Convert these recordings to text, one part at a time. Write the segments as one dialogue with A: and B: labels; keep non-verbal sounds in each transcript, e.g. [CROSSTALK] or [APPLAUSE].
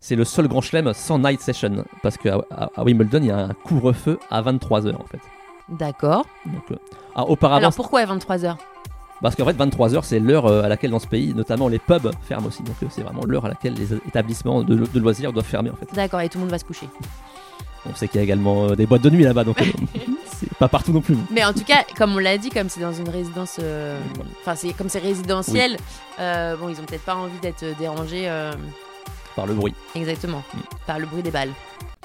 A: C'est le seul grand chelem sans night session. Parce qu'à à, à Wimbledon, il y a un couvre-feu à 23h en fait.
B: D'accord.
A: Donc, euh, ah, auparavant,
B: Alors pourquoi à 23h
A: parce qu'en fait, 23h, c'est l'heure euh, à laquelle dans ce pays, notamment les pubs, ferment aussi. Donc, euh, c'est vraiment l'heure à laquelle les établissements de, lo- de loisirs doivent fermer, en fait.
B: D'accord, et tout le monde va se coucher.
A: On sait qu'il y a également euh, des boîtes de nuit là-bas, donc euh, c'est pas partout non plus.
B: Mais en tout cas, comme on l'a dit, comme c'est dans une résidence, euh, enfin c'est comme c'est résidentiel, euh, bon ils ont peut-être pas envie d'être dérangés euh,
A: Par le bruit.
B: exactement
A: Mm.
B: par le bruit des balles.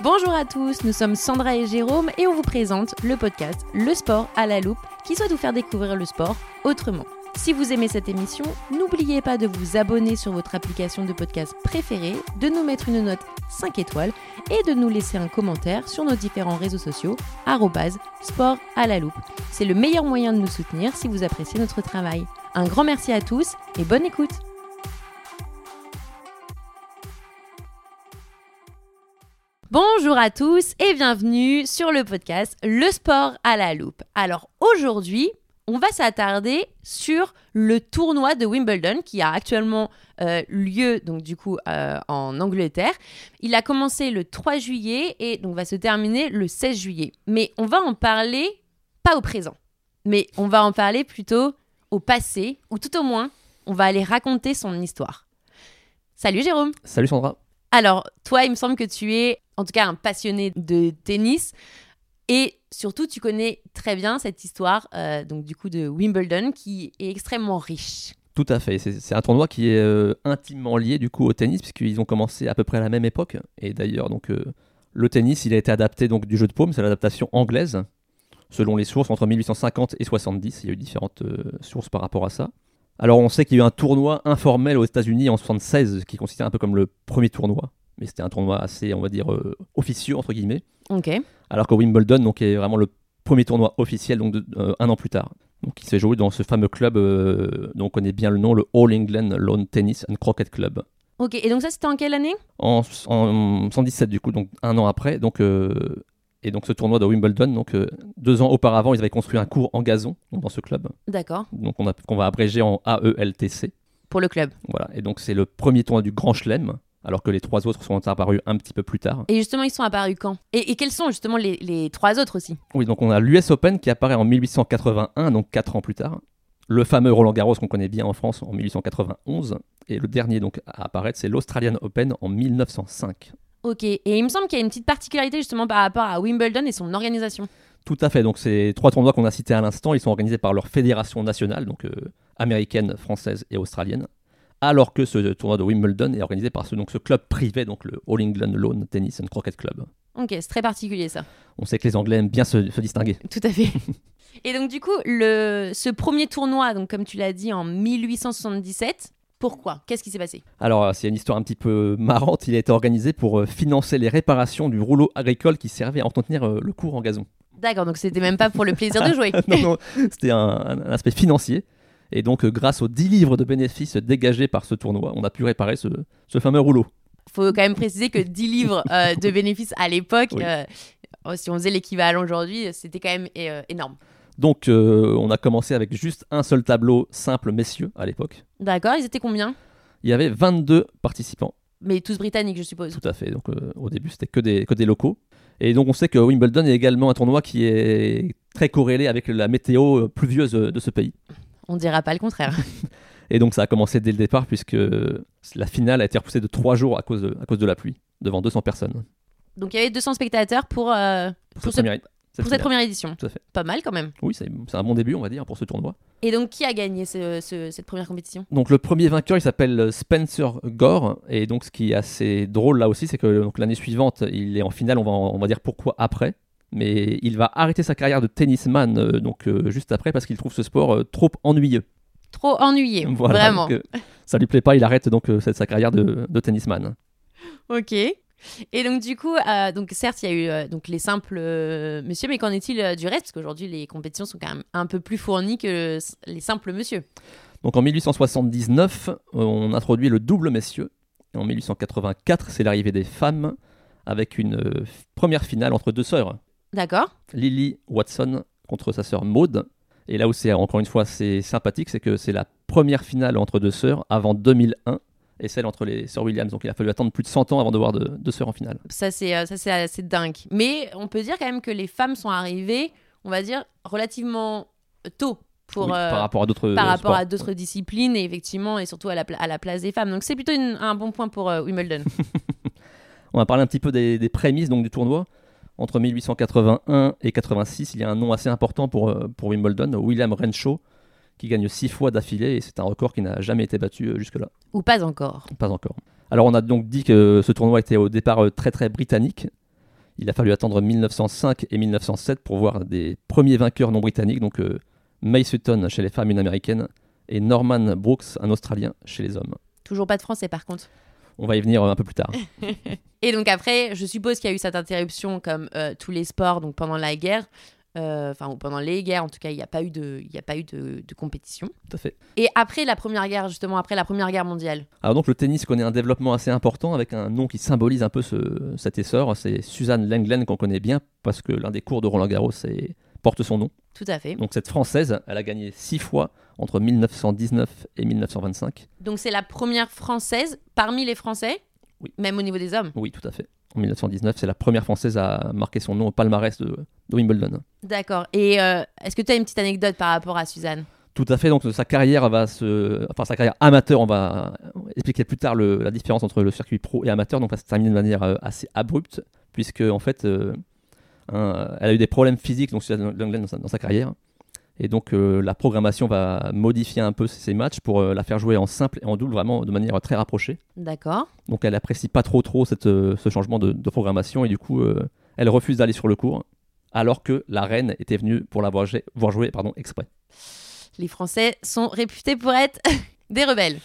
B: Bonjour à tous, nous sommes Sandra et Jérôme et on vous présente le podcast Le Sport à la loupe qui souhaite vous faire découvrir le sport autrement. Si vous aimez cette émission, n'oubliez pas de vous abonner sur votre application de podcast préférée, de nous mettre une note 5 étoiles et de nous laisser un commentaire sur nos différents réseaux sociaux arrobase sport à la loupe. C'est le meilleur moyen de nous soutenir si vous appréciez notre travail. Un grand merci à tous et bonne écoute Bonjour à tous et bienvenue sur le podcast Le sport à la loupe. Alors aujourd'hui, on va s'attarder sur le tournoi de Wimbledon qui a actuellement euh, lieu donc du coup euh, en Angleterre. Il a commencé le 3 juillet et donc va se terminer le 16 juillet. Mais on va en parler pas au présent, mais on va en parler plutôt au passé ou tout au moins on va aller raconter son histoire. Salut Jérôme.
A: Salut Sandra.
B: Alors toi, il me semble que tu es en tout cas un passionné de tennis et surtout tu connais très bien cette histoire euh, donc du coup de Wimbledon qui est extrêmement riche.
A: Tout à fait. C'est c'est un tournoi qui est euh, intimement lié du coup au tennis, puisqu'ils ont commencé à peu près à la même époque. Et d'ailleurs, donc euh, le tennis, il a été adapté donc du jeu de paume, c'est l'adaptation anglaise. Selon les sources, entre 1850 et 70, il y a eu différentes euh, sources par rapport à ça. Alors on sait qu'il y a eu un tournoi informel aux États-Unis en 76 qui considéré un peu comme le premier tournoi, mais c'était un tournoi assez, on va dire, euh, officieux entre guillemets.
B: Ok.
A: alors que Wimbledon donc, est vraiment le premier tournoi officiel donc, de- euh, un an plus tard. Donc, il s'est joué dans ce fameux club euh, dont on connaît bien le nom, le All England Lawn Tennis and Croquet Club.
B: Ok. Et donc ça c'était en quelle année
A: En, en 117 du coup, donc un an après, donc, euh, et donc ce tournoi de Wimbledon, donc euh, deux ans auparavant, ils avaient construit un cours en gazon donc, dans ce club,
B: D'accord.
A: donc on a- E qu'on va abréger en AELTC.
B: Pour le club.
A: Voilà, et donc c'est le premier tournoi du Grand Chelem, alors que les trois autres sont apparus un petit peu plus tard.
B: Et justement ils sont apparus quand et, et quels sont justement les, les trois autres aussi
A: Oui, donc on a l'US Open qui apparaît en 1881, donc 4 ans plus tard. Le fameux Roland Garros qu'on connaît bien en France en 1891. Et le dernier donc à apparaître, c'est l'Australian Open en 1905.
B: Ok. Et il me semble qu'il y a une petite particularité justement par rapport à Wimbledon et son organisation.
A: Tout à fait, donc ces trois tournois qu'on a cités à l'instant, ils sont organisés par leur fédération nationale, donc euh, américaine, française et australienne. Alors que ce tournoi de Wimbledon est organisé par ce, donc, ce club privé, donc le All England Lawn Tennis and Croquet Club.
B: Ok. C'est très particulier ça.
A: On sait que les Anglais aiment bien se- se distinguer.
B: Tout
A: [LAUGHS]
B: à fait. Et donc du coup, le, ce premier tournoi, donc comme tu l'as dit, en 1877, pourquoi Qu'est-ce qui s'est passé
A: Alors, euh, c'est une histoire un petit peu marrante. Il a été organisé pour euh, financer les réparations du rouleau agricole qui servait à entretenir euh, le cours en gazon. [LAUGHS]
B: D'accord, donc c'était même pas pour le plaisir de jouer.
A: non, non, c'était un, un aspect financier. Et donc, euh, grâce aux 10 livres de bénéfices dégagés par ce tournoi, on a pu réparer ce, ce fameux rouleau.
B: Faut quand même préciser que 10 livres euh, de bénéfices à l'époque,
A: Oui.
B: euh, oh, si on faisait l'équivalent aujourd'hui, c'était quand même euh, énorme.
A: Donc, euh, on a commencé avec juste un seul tableau simple messieurs à l'époque.
B: D'accord, ils étaient combien
A: Il y avait 22 participants,
B: Mais tous britanniques, je suppose.
A: tout à fait. Donc, euh, au début, c'était que des, que des locaux. Et donc, on sait que Wimbledon est également un tournoi qui est très corrélé avec la météo euh, pluvieuse euh, de ce pays.
B: On dira pas le contraire.
A: Et donc ça a commencé dès le départ puisque la finale a été repoussée de trois jours à cause de, à cause de la pluie, devant 200 personnes.
B: [LAUGHS] Donc il y avait 200 spectateurs pour, euh,
A: Pour,
B: Pour
A: cette
B: ce-
A: première- cette
B: pour cette
A: finale.
B: première édition.
A: Tout à fait.
B: Pas mal quand même.
A: Oui, c'est c'est un bon début, on va dire, pour ce tournoi.
B: Et donc qui a gagné ce- ce- cette première compétition
A: Donc le premier vainqueur, il s'appelle euh, Spencer Gore. Et donc ce qui est assez drôle là aussi, c'est que donc, l'année suivante, il est en finale, on va, en- on va dire pourquoi après. Mais il va arrêter sa carrière de tennisman euh, donc euh, juste après parce qu'il trouve ce sport euh, trop ennuyeux.
B: Trop ennuyé,
A: [LAUGHS] Voilà,
B: vraiment.
A: donc, euh, ça lui plaît pas, il arrête donc euh, cette- sa carrière de, de tennisman.
B: Ok. Et donc du coup, euh, donc certes, il y a eu euh, donc les simples euh, monsieur, mais qu'en est-il euh, du reste Parce qu'aujourd'hui, les compétitions sont quand même un peu plus fournies que s- les simples monsieur.
A: Donc en 1879, euh, on introduit le double messieurs. Et en 1884, c'est l'arrivée des femmes avec une euh, f- première finale entre deux sœurs.
B: D'accord
A: Lily Watson contre sa sœur Maud. Et là où c'est encore une fois c'est sympathique, c'est que c'est la première finale entre deux sœurs avant 2001. et celle entre les sœurs Williams. Donc il a fallu attendre plus de 100 ans avant de voir deux deux sœurs en finale.
B: Ça, c'est euh, ça, c'est assez dingue. Mais on peut dire quand même que les femmes sont arrivées, on va dire, relativement tôt pour,
A: Oui,
B: euh,
A: par rapport à d'autres
B: par
A: euh,
B: rapport
A: sports.
B: à d'autres disciplines et effectivement, et surtout à la, pla- à la place des femmes. Donc c'est plutôt une- un bon point pour euh, Wimbledon.
A: On va parler un petit peu des, des prémices donc, du tournoi. Entre 1881 et 86, il y a un nom assez important pour, euh, pour Wimbledon, William Renshaw, qui gagne six fois d'affilée, et c'est un record qui n'a jamais été battu euh, jusque-là.
B: Ou pas encore.
A: Pas encore. Alors on a donc dit que ce tournoi était au départ euh, très très britannique. Il a fallu attendre 1905 et 1907 pour voir des premiers vainqueurs non britanniques, donc euh, May Sutton chez les femmes, une américaine, et Norman Brooks, un australien, chez les hommes.
B: Toujours pas de français par contre.
A: On va y venir euh, un peu plus tard.
B: Et donc après, je suppose qu'il y a eu cette interruption comme euh, tous les sports, donc pendant la guerre, euh, enfin ou pendant les guerres, en tout cas, il n'y a pas eu de, il y a pas eu de, de compétition.
A: Tout à fait.
B: Et après la première guerre, justement, après la première guerre mondiale.
A: Alors donc le tennis connaît un développement assez important avec un nom qui symbolise un peu ce- cet essor, c'est Suzanne Lenglen qu'on connaît bien parce que l'un des cours de Roland Garros est- porte son nom.
B: Tout à fait.
A: Donc cette Française, elle a gagné six fois entre 1919 et 1925.
B: Donc c'est la première française parmi les Français,
A: Oui.
B: même au niveau des hommes.
A: Oui, tout à fait. En 1919, c'est la première Française à marquer son nom au palmarès de, de Wimbledon.
B: D'accord. Et euh, est-ce que tu as une petite anecdote par rapport à Suzanne
A: Tout à fait, donc sa carrière va se... Enfin, sa carrière amateur, on va expliquer plus tard le- la différence entre le circuit pro et amateur, donc ça se termine de manière euh, assez abrupte, puisque en fait, euh, un- elle a eu des problèmes physiques donc, Suzanne Lenglen dans, sa- dans sa carrière, et donc euh, la programmation va modifier un peu ses, ses matchs pour euh, la faire jouer en simple et en double, vraiment de manière très rapprochée.
B: D'accord.
A: Donc elle apprécie pas trop trop cette, euh, ce changement de, de programmation et du coup euh, elle refuse d'aller sur le cours alors que la reine était venue pour la voir, jai- voir jouer pardon, exprès.
B: Les Français sont réputés pour être [LAUGHS] des rebelles.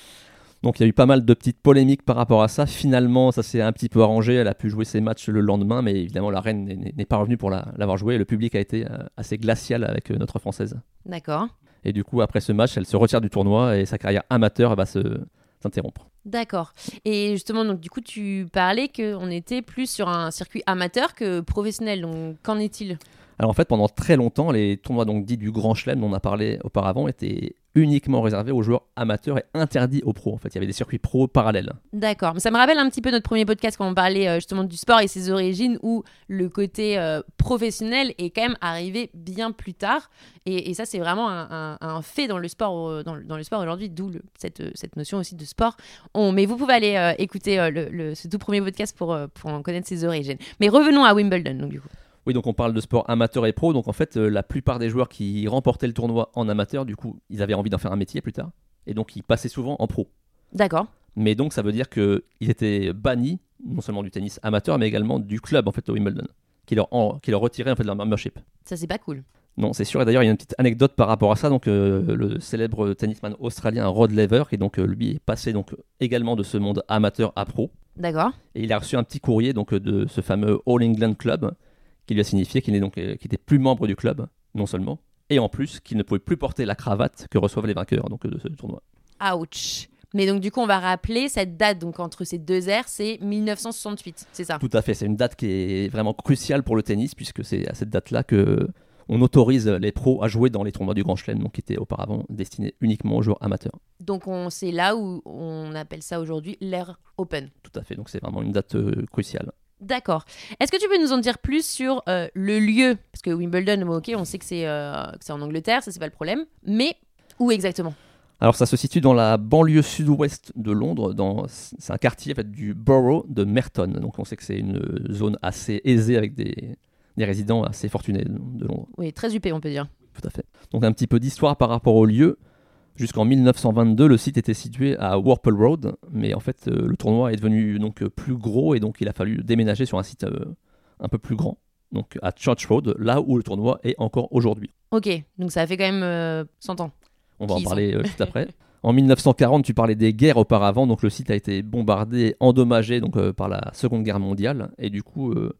A: Donc il y a eu pas mal de petites polémiques par rapport à ça. Finalement ça s'est un petit peu arrangé, elle a pu jouer ses matchs le lendemain mais évidemment la reine n'est- n'est n'est pas revenue pour la- l'avoir joué et le public a été euh, assez glacial avec euh, notre française.
B: D'accord.
A: Et du coup après ce match elle se retire du tournoi et sa carrière amateur elle va se- s'interrompre.
B: D'accord. Et justement, donc du coup, tu parlais qu'on était plus sur un circuit amateur que professionnel. Donc, qu'en est-il
A: Alors en fait, pendant très longtemps, les tournois donc dits du Grand Chelem dont on a parlé auparavant étaient uniquement réservés aux joueurs amateurs et interdits aux pros. En fait, il y avait des circuits pro parallèles.
B: D'accord. Mais ça me rappelle un petit peu notre premier podcast quand on parlait euh, justement du sport et ses origines, où le côté euh, professionnel est quand même arrivé bien plus tard. Et, et ça, c'est vraiment un, un- un fait dans le sport, euh, dans, le- dans le sport aujourd'hui, d'où le- cette, euh, cette notion aussi de sport. On, mais vous pouvez aller euh, écouter euh, le, le- ce tout premier podcast pour, euh, pour en connaître ses origines. Mais revenons à Wimbledon, donc du coup.
A: Oui, donc on parle de sport amateur et pro. Donc en fait, euh, la plupart des joueurs qui remportaient le tournoi en amateur, du coup, ils avaient envie d'en faire un métier plus tard. Et donc ils passaient souvent en pro.
B: D'accord.
A: Mais donc ça veut dire qu'ils étaient bannis, non seulement du tennis amateur, mais également du club en fait au Wimbledon, qui leur, en- qui leur retirait en fait leur membership.
B: Ça, c'est pas cool.
A: Non, c'est sûr. Et d'ailleurs, il y a une petite anecdote par rapport à ça. Donc, euh, le célèbre tennisman australien Rod Lever, qui donc euh, lui est passé donc également de ce monde amateur à pro,
B: D'accord.
A: et il a reçu un petit courrier donc euh, de ce fameux All England Club, qui lui a signifié qu'il n'est donc euh, qu'il était plus membre du club, non seulement, et en plus qu'il ne pouvait plus porter la cravate que reçoivent les vainqueurs donc euh, de ce tournoi.
B: Ouch. Mais donc du coup, on va rappeler cette date donc entre ces deux ères, c'est 1968, c'est ça
A: Tout à fait. C'est une date qui est vraiment cruciale pour le tennis puisque c'est à cette date-là que on autorise les pros à jouer dans les tournois du Grand Chelem, donc qui étaient auparavant destinés uniquement aux joueurs amateurs.
B: Donc on c'est là où on appelle ça aujourd'hui l'ère open.
A: Tout à fait, donc c'est vraiment une date euh, cruciale.
B: D'accord. Est-ce que tu peux nous en dire plus sur euh, le lieu Parce que Wimbledon, bon, ok, on sait que c'est euh, que c'est en Angleterre, ça c'est pas le problème, mais où exactement
A: Alors ça se situe dans la banlieue sud-ouest de Londres, dans c'est un quartier en fait, du borough de Merton. Donc on sait que c'est une zone assez aisée avec des, des résidents assez fortunés de- de Londres.
B: Oui, très huppé, on peut dire.
A: Tout à fait. Donc un petit peu d'histoire par rapport au lieu. Jusqu'en 1922, le site était situé à Warple Road, mais en fait euh, le tournoi est devenu donc euh, plus gros et donc il a fallu déménager sur un site euh, un peu plus grand, donc à Church Road, là où le tournoi est encore aujourd'hui.
B: Ok, donc ça fait quand même euh, 100 ans.
A: On va en
B: Qui ils
A: parler euh, juste
B: [LAUGHS]
A: après. En 1940, tu parlais des guerres auparavant, donc le site a été bombardé, et endommagé donc, euh, par la Seconde Guerre mondiale, et du coup, euh,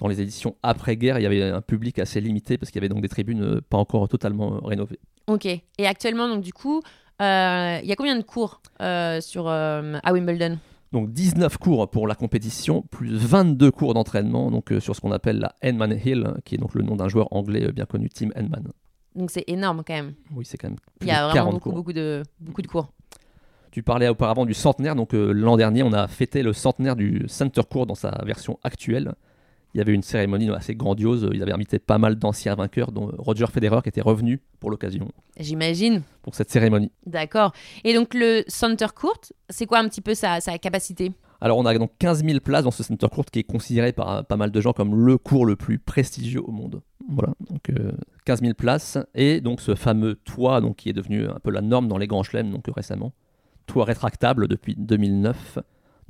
A: dans les éditions après-guerre, il y avait un public assez limité parce qu'il y avait donc des tribunes euh, pas encore totalement euh, rénovées.
B: Ok. Et actuellement, donc du coup, euh, il y a combien de cours euh, sur euh, à Wimbledon
A: Donc 19 cours pour la compétition, plus 22 cours d'entraînement donc euh, sur ce qu'on appelle la Henman Hill, hein, qui est donc le nom d'un joueur anglais euh, bien connu, Tim Henman.
B: Donc c'est énorme quand même.
A: Oui, c'est quand même plus
B: Il y a
A: de
B: vraiment
A: 40
B: beaucoup,
A: cours.
B: beaucoup de, beaucoup de cours.
A: Tu parlais auparavant du centenaire, donc euh, l'an dernier, on a fêté le centenaire du Center Court dans sa version actuelle. Il y avait une cérémonie assez grandiose, ils avaient invité pas mal d'anciens vainqueurs, dont euh, Roger Federer qui était revenu pour l'occasion,
B: J'imagine.
A: pour cette cérémonie.
B: D'accord. Et donc le center court, c'est quoi un petit peu sa, sa capacité
A: Alors on a donc 15 000 places dans ce center court qui est considéré par euh, pas mal de gens comme le cours le plus prestigieux au monde. Voilà, donc euh, 15 000 places et donc ce fameux toit donc, qui est devenu un peu la norme dans les grands chelems donc euh, récemment. Toit rétractable depuis 2009,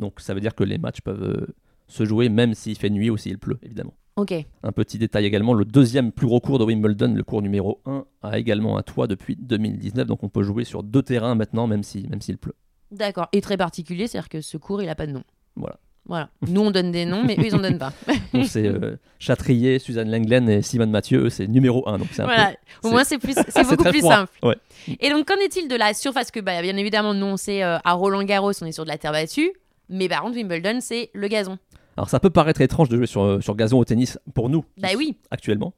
A: donc ça veut dire que les matchs peuvent euh, se jouer même s'il fait nuit ou s'il pleut évidemment.
B: Ok.
A: Un petit détail également, le deuxième plus gros cours de Wimbledon, le cours numéro 1, a également un toit depuis 2019, donc on peut jouer sur deux terrains maintenant même si- même s'il pleut.
B: D'accord. Et très particulier, c'est-à-dire que ce cours, il a pas de nom.
A: Voilà.
B: Voilà. Nous, on donne des noms, mais eux, ils en
A: [LAUGHS]
B: donnent pas.
A: Donc c'est euh, Châtrier, Suzanne Lenglen et Simone Mathieu, eux, c'est numéro 1. Donc c'est un
B: voilà.
A: peu-
B: Au moins, c'est
A: [LAUGHS]
B: plus, c'est beaucoup
A: très
B: plus
A: froid.
B: simple.
A: Ouais.
B: Et donc, qu'en est-il de la surface que, bah, bien évidemment, nous, on sait euh, à Roland Garros, on est sur de la terre battue, mais par contre, Wimbledon, c'est le gazon.
A: Alors ça peut paraître étrange de jouer sur, euh, sur gazon au tennis pour nous
B: Bah oui.
A: actuellement,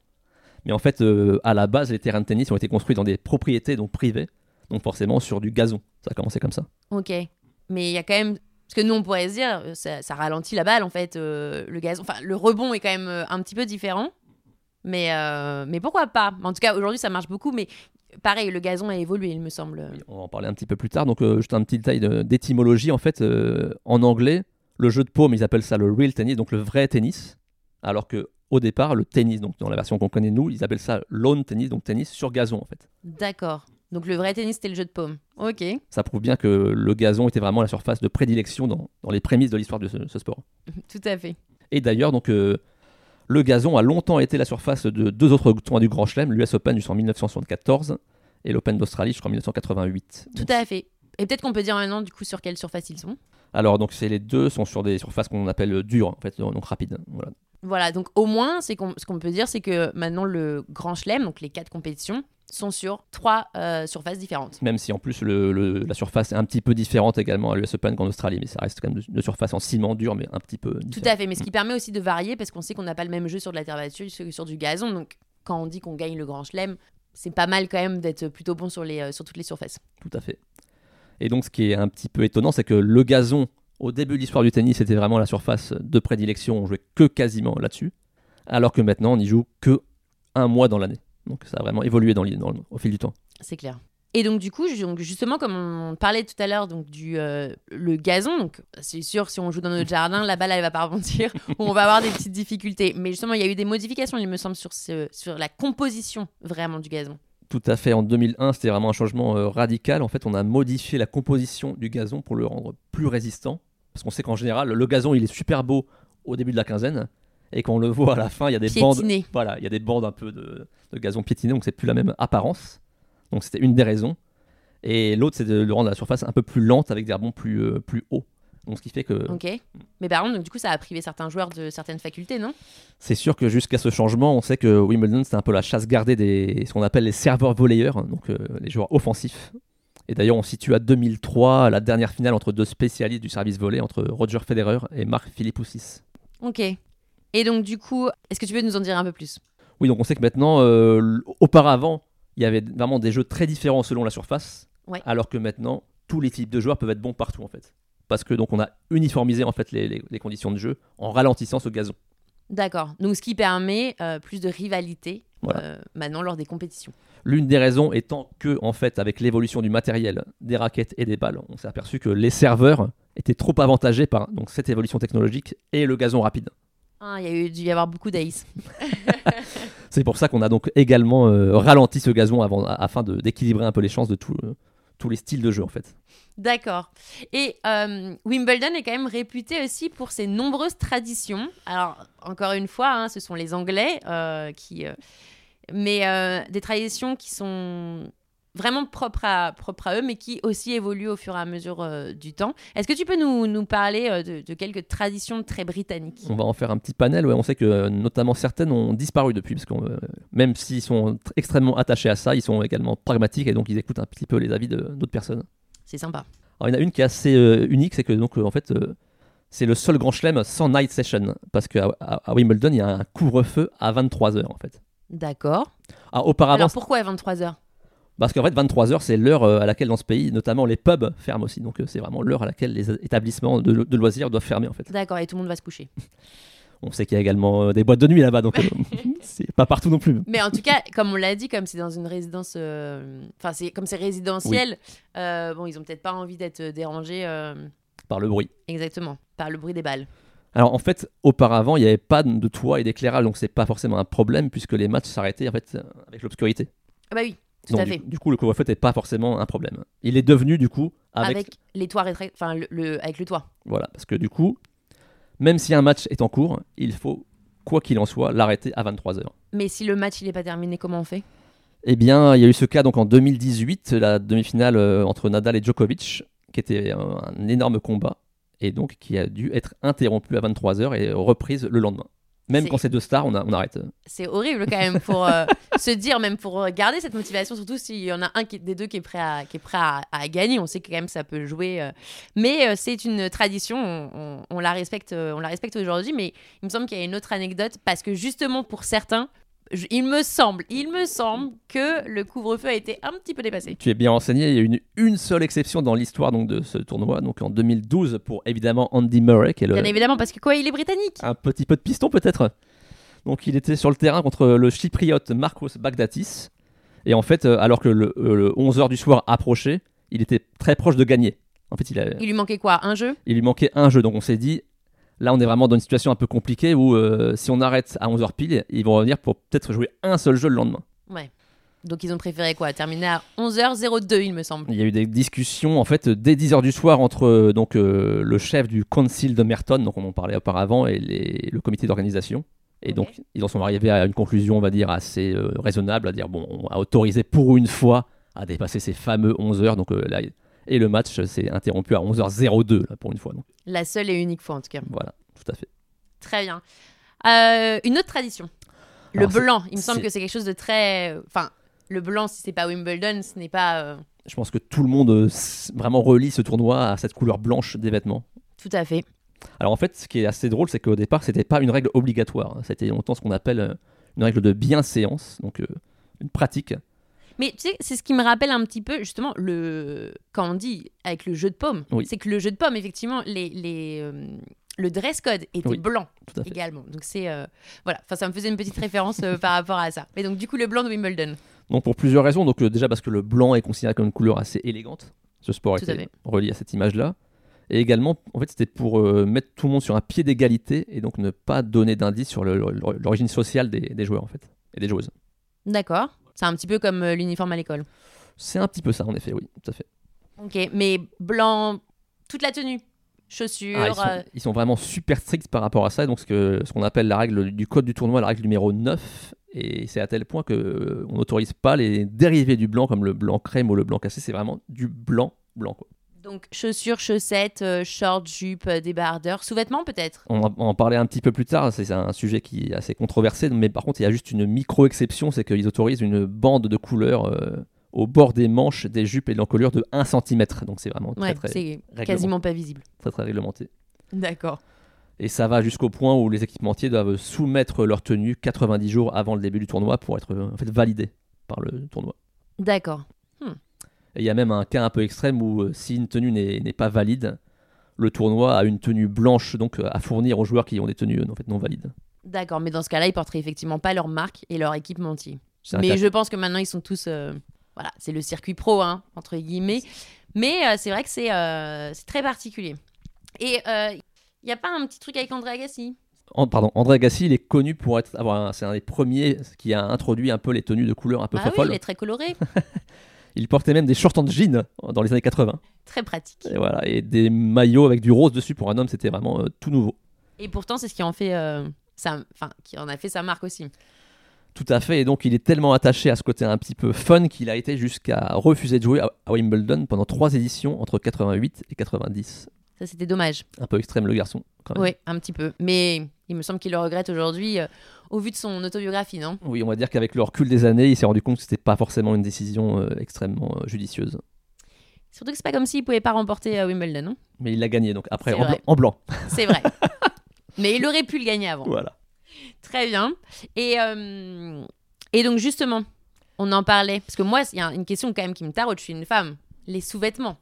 A: mais en fait euh, à la base les terrains de tennis ont été construits dans des propriétés donc privées, donc forcément sur du gazon. Ça a commencé comme ça.
B: Ok. Mais il y a quand même. Parce que nous, on pourrait se dire, euh, ça, ça ralentit la balle, en fait, euh, le gazon. Enfin, le rebond est quand même euh, un petit peu différent. Mais, euh, mais pourquoi pas En tout cas, aujourd'hui, ça marche beaucoup, mais pareil, le gazon a évolué, il me semble.
A: Oui, on va en parler un petit peu plus tard. Donc, euh, juste un petit détail de- d'étymologie. En fait, euh, en anglais, le jeu de paume, ils appellent ça le real tennis, donc le vrai tennis. Alors que au départ, le tennis, donc dans la version qu'on connaît nous, ils appellent ça lawn tennis, donc tennis sur gazon en fait.
B: D'accord. Donc, le vrai tennis, c'était le jeu de paume. Ok.
A: Ça prouve bien que le gazon était vraiment la surface de prédilection dans, dans les prémices de l'histoire de ce, ce sport.
B: Tout à fait.
A: Et d'ailleurs, donc euh, le gazon a longtemps été la surface de deux autres tournois du Grand Chelem, l'US Open jusqu'en 1974 et l'Open d'Australie jusqu'en 1988.
B: Tout à fait. Et peut-être qu'on peut dire maintenant, du coup, sur quelle surface ils sont.
A: Alors donc c'est les deux sont sur des surfaces qu'on appelle euh, dures en fait donc donc rapides. Voilà.
B: Voilà, donc au moins, c'est qu'on- ce qu'on peut dire, c'est que maintenant, le Grand Chelem, donc les quatre compétitions, sont sur trois euh, surfaces différentes.
A: Même si en plus le- le- la surface est un petit peu différente également à l'US Open qu'en Australie, mais ça reste quand même une surface en ciment dur mais un petit peu.
B: Tout
A: différente.
B: à fait, mais ce qui permet aussi de varier, parce qu'on sait qu'on n'a pas le même jeu sur de la terre battue que sur du gazon. Donc, quand on dit qu'on gagne le Grand Chelem, c'est pas mal quand même d'être plutôt bon sur, les, euh, sur toutes les surfaces.
A: Tout à fait. Et donc ce qui est un petit peu étonnant, c'est que le gazon au début de l'histoire du tennis c'était vraiment la surface de prédilection, on jouait que quasiment là-dessus, alors que maintenant on n'y joue que un mois dans l'année. Donc ça a vraiment évolué dans, l'idée- dans le- au fil du temps.
B: C'est clair. Et donc, du coup, ju- donc, justement, comme on parlait tout à l'heure donc du euh, le gazon, donc c'est sûr, si on joue dans notre jardin, la balle, elle va pas rebondir, [LAUGHS] ou on va avoir des petites difficultés. Mais justement, il y a eu des modifications, il me semble, sur, ce, sur la composition vraiment du gazon.
A: Tout à fait. En 2001, c'était vraiment un changement euh, radical. En fait, on a modifié la composition du gazon pour le rendre plus résistant. Parce qu'on sait qu'en général, le gazon, il est super beau au début de la quinzaine. Et quand on le voit à la fin, il y a des bandes.
B: Piétiné.
A: Voilà, il y a des bandes un peu de, de gazon piétiné, donc c'est plus la même apparence. Donc c'était une des raisons. Et l'autre, c'est de, de rendre la surface un peu plus lente avec des rebonds plus, euh, plus hauts. Donc ce qui fait que
B: Ok. Mais par contre, donc, du coup, ça a privé certains joueurs de certaines facultés, non
A: C'est sûr que jusqu'à ce changement, on sait que Wimbledon, c'était un peu la chasse gardée des ce qu'on appelle les serveurs volleyeurs, donc euh, les joueurs offensifs. Et d'ailleurs, on situe à 2003 la dernière finale entre deux spécialistes du service volé, entre Roger Federer et Marc Philippoussis.
B: Ok. Et donc, du coup, est-ce que tu peux nous en dire un peu plus
A: Oui, donc on sait que maintenant, euh, l- auparavant, il y avait vraiment des jeux très différents selon la surface,
B: Ouais.
A: alors que maintenant, tous les types de joueurs peuvent être bons partout en fait. Parce que donc on a uniformisé en fait les- les- les conditions de jeu en ralentissant ce gazon.
B: D'accord. Donc, ce qui permet euh, plus de rivalité
A: Voilà.
B: euh, maintenant lors des compétitions.
A: L'une des raisons étant que, en fait, avec l'évolution du matériel, des raquettes et des balles, on s'est aperçu que les serveurs étaient trop avantagés par donc, cette évolution technologique et le gazon rapide.
B: Ah, il y a eu, dû y avoir beaucoup d'aïs.
A: C'est pour ça qu'on a donc également euh, ralenti ce gazon avant, a- afin de- d'équilibrer un peu les chances de tout, euh, tous les styles de jeu, en fait.
B: D'accord. Et euh, Wimbledon est quand même réputé aussi pour ses nombreuses traditions. Alors, encore une fois, hein, ce sont les Anglais euh, qui... euh, mais euh, des traditions qui sont vraiment propres à, propres à eux, mais qui aussi évoluent au fur et à mesure euh, du temps. Est-ce que tu peux nous, nous parler euh, de, de quelques traditions très britanniques
A: On va en faire un petit panel. ouais. on sait que euh, notamment certaines ont disparu depuis, parce que même s'ils sont tr- extrêmement attachés à ça, ils sont également pragmatiques et donc ils écoutent un petit peu les avis de- d'autres personnes.
B: C'est sympa.
A: Alors, il y en a une qui est assez euh, unique, c'est que donc euh, en fait euh, c'est le seul grand chelem sans night session parce qu'à à, à Wimbledon il y a un couvre-feu à 23 h en fait.
B: D'accord.
A: Ah, auparavant
B: Alors, pourquoi à 23h
A: Parce qu'en fait, 23h, c'est l'heure euh, à laquelle dans ce pays, notamment les pubs ferment aussi. Donc euh, c'est vraiment l'heure à laquelle les établissements de, lo- de loisirs doivent fermer en fait.
B: D'accord, et tout le monde va se coucher.
A: On sait qu'il y a également euh, des boîtes de nuit là-bas, donc euh, c'est pas partout non plus.
B: Mais en tout cas, [LAUGHS] comme on l'a dit, comme c'est dans une résidence, euh, enfin c'est comme c'est résidentiel, euh, bon ils ont peut-être pas envie d'être dérangés euh,
A: Par le bruit.
B: exactement par le bruit des balles.
A: Alors en fait, auparavant, il n'y avait pas de toit et d'éclairage, donc c'est pas forcément un problème puisque les matchs s'arrêtaient en fait euh, avec l'obscurité.
B: Ah bah oui, tout
A: Donc
B: à
A: du,
B: fait.
A: du coup, le couvre-feu n'était pas forcément un problème. Il est devenu du coup
B: Avec,
A: avec,
B: les toits rétractés, enfin le, le- avec le toit.
A: voilà, parce que du coup, même si un match est en cours, il faut quoi qu'il en soit l'arrêter à 23h.
B: Mais si le match il est pas terminé, comment on fait
A: Eh bien, il y a eu ce cas donc en 2018, la demi-finale euh, entre Nadal et Djokovic, qui était euh, un énorme combat et donc qui a dû être interrompu à 23h et reprise le lendemain. Même
B: C'est-
A: quand c'est deux stars, on, a- on arrête.
B: C'est horrible quand même pour euh, se dire, même pour garder cette motivation, surtout s'il y en a un qui- des deux qui est prêt à, qui est prêt à, à gagner. On sait que quand même ça peut jouer. euh. Mais euh, c'est une tradition, on, on- on la respecte, euh, on la respecte aujourd'hui. Mais il me semble qu'il y a une autre anecdote parce que justement pour certains, je- il me semble, il me semble que le couvre-feu a été un petit peu dépassé.
A: Tu es bien renseigné, il y a eu une, une seule exception dans l'histoire donc de ce tournoi, donc en 2012 pour évidemment Andy Murray, qui est le-
B: Bien évidemment parce que quoi, il est britannique.
A: un petit peu de piston peut-être. Donc il était sur le terrain contre le chypriote Marcos Bagdatis. Et en fait, euh, alors que le, 11h du soir approchait, il était très proche de gagner. En fait, il, a-
B: Il lui manquait quoi Un jeu
A: il lui manquait un jeu. Donc on s'est dit, là on est vraiment dans une situation un peu compliquée où euh, si on arrête à 11h pile, ils vont revenir pour peut-être jouer un seul jeu le lendemain.
B: Donc ils ont préféré quoi Terminer à 11h02 il me semble.
A: Il y a eu des discussions en fait dès 10h du soir entre euh, donc euh, le chef du concile de Merton, donc on en parlait auparavant, et les- le comité d'organisation. Et
B: Ok.
A: donc ils en sont arrivés à une conclusion, on va dire assez euh, raisonnable, à dire bon, on a autorisé pour une fois à dépasser ces fameux 11h. Donc euh, là, et le match euh, s'est interrompu à 11h02 là, pour une fois. Donc
B: La seule et unique fois en tout cas.
A: voilà, tout à fait.
B: Très bien. Euh, une autre tradition. Le
A: Alors, c'est-
B: blanc. Il me semble
A: c'est-
B: que c'est quelque chose de très. Enfin, le blanc, si c'est pas Wimbledon, ce n'est pas euh,
A: Je pense que tout le monde euh, s- vraiment relie ce tournoi à cette couleur blanche des vêtements.
B: tout à fait.
A: Alors en fait, ce qui est assez drôle, c'est qu'au départ, c'était pas une règle obligatoire. C'était longtemps ce qu'on appelle euh, une règle de bienséance, donc euh, une pratique.
B: Mais tu sais, c'est ce qui me rappelle un petit peu justement le quand on dit avec le jeu de pommes.
A: Oui.
B: C'est que le jeu de pommes, effectivement, les, les, euh, le dress code était
A: Oui,
B: blanc
A: Tout à fait.
B: également. Donc c'est euh, voilà. Enfin, ça me faisait une petite référence euh, par rapport à ça. Mais donc du coup, le blanc de Wimbledon.
A: Donc pour plusieurs raisons. Donc euh, déjà parce que le blanc est considéré comme une couleur assez élégante. Ce sport
B: Tout à
A: était
B: fait.
A: relié à cette image-là. Et également, en fait, c'était pour euh, mettre tout le monde sur un pied d'égalité et donc ne pas donner d'indices sur le- le- l'origine sociale des, des joueurs en fait et des joueuses.
B: D'accord. C'est un petit peu comme euh, l'uniforme à l'école.
A: C'est un petit peu ça, en effet, oui, tout à fait.
B: Ok, mais blanc, toute la tenue, chaussures.
A: Ah, ils,
B: euh,
A: sont, ils sont vraiment super stricts par rapport à ça. Donc, ce que- ce qu'on appelle la règle du code du tournoi, la règle numéro 9. Et c'est à tel point que euh, on n'autorise pas les dérivés du blanc, comme le blanc crème ou le blanc cassé. C'est vraiment du blanc, blanc. quoi.
B: Donc chaussures, chaussettes, euh, shorts, jupes, euh, débardeurs, sous-vêtements peut-être.
A: On en, on en parlait un petit peu plus tard. C'est c'est un sujet qui est assez controversé. Mais par contre, il y a juste une micro-exception c'est qu'ils autorisent une bande de couleurs euh, au bord des manches, des jupes et de l'encolure de 1 cm. Donc, c'est vraiment très,
B: Ouais,
A: très,
B: c'est
A: réglementé.
B: quasiment pas visible.
A: très, très réglementé.
B: D'accord.
A: Et ça va jusqu'au point où les équipementiers doivent soumettre leur tenue 90 jours avant le début du tournoi pour être euh, en fait, validés par le tournoi.
B: D'accord.
A: Et il y a même un cas un peu extrême où euh, si une tenue n'est n'est pas valide, le tournoi a une tenue blanche donc euh, à fournir aux joueurs qui ont des tenues euh, en fait, non valides.
B: D'accord, mais dans ce cas-là, ils porteraient effectivement pas leur marque et leur équipementier.
A: C'est un
B: Mais
A: cas-
B: je pense que maintenant, ils sont tous... euh, Voilà, c'est le circuit pro, hein, entre guillemets. Mais euh, c'est vrai que c'est euh, c'est très particulier. Et il n'y a pas un petit truc avec André Agassi
A: An- pardon, André Agassi, il est connu pour être, avoir un- c'est un des premiers qui a introduit un peu les tenues de couleur un peu
B: Ah oui,
A: fofolles.
B: il est très coloré,
A: Il portait même des shorts en jean euh, dans les années 80.
B: très pratique.
A: [LAUGHS] Et, voilà, et des maillots avec du rose dessus pour un homme, c'était vraiment euh, tout nouveau.
B: Et pourtant, c'est ce qui en fait... euh, sa- Enfin, qui en a fait sa marque aussi.
A: Tout à fait, et donc il est tellement attaché à ce côté un petit peu fun qu'il a été jusqu'à refuser de jouer à à Wimbledon pendant trois éditions entre 88 et 90.
B: Ça, c'était dommage.
A: Un peu extrême le garçon, quand même.
B: Oui, un petit peu. Mais il me semble qu'il le regrette aujourd'hui euh, au vu de son autobiographie, non
A: Oui, on va dire qu'avec le recul des années, il s'est rendu compte que c'était pas forcément une décision euh, extrêmement euh, judicieuse.
B: Surtout que c'est pas comme s'il pouvait pas remporter euh, Wimbledon, non
A: Mais il l'a gagné, donc après,
B: C'est
A: en,
B: vrai.
A: blanc- en blanc.
B: C'est vrai. [LAUGHS] Mais il aurait pu le gagner avant.
A: Voilà.
B: Très bien. Et, euh, et donc justement, On en parlait. Parce que moi, il y a une question quand même qui me taraude. Je suis une femme. Les sous-vêtements.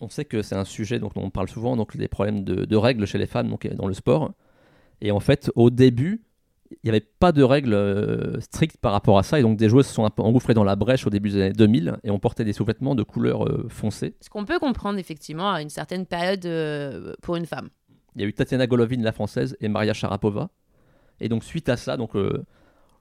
A: On sait que c'est un sujet dont on parle souvent, donc les problèmes de, de règles chez les femmes donc, euh, dans le sport. Et en fait, au début, il n'y avait pas de règles euh, strictes par rapport à ça. Et donc des joueuses se sont un peu engouffrées dans la brèche au début des années 2000 et on portait des sous-vêtements de couleur euh, foncée.
B: Ce qu'on peut comprendre effectivement à une certaine période euh, pour une femme.
A: Il y a eu Tatiana Golovin, la française, et Maria Sharapova. Et donc suite à ça, donc euh,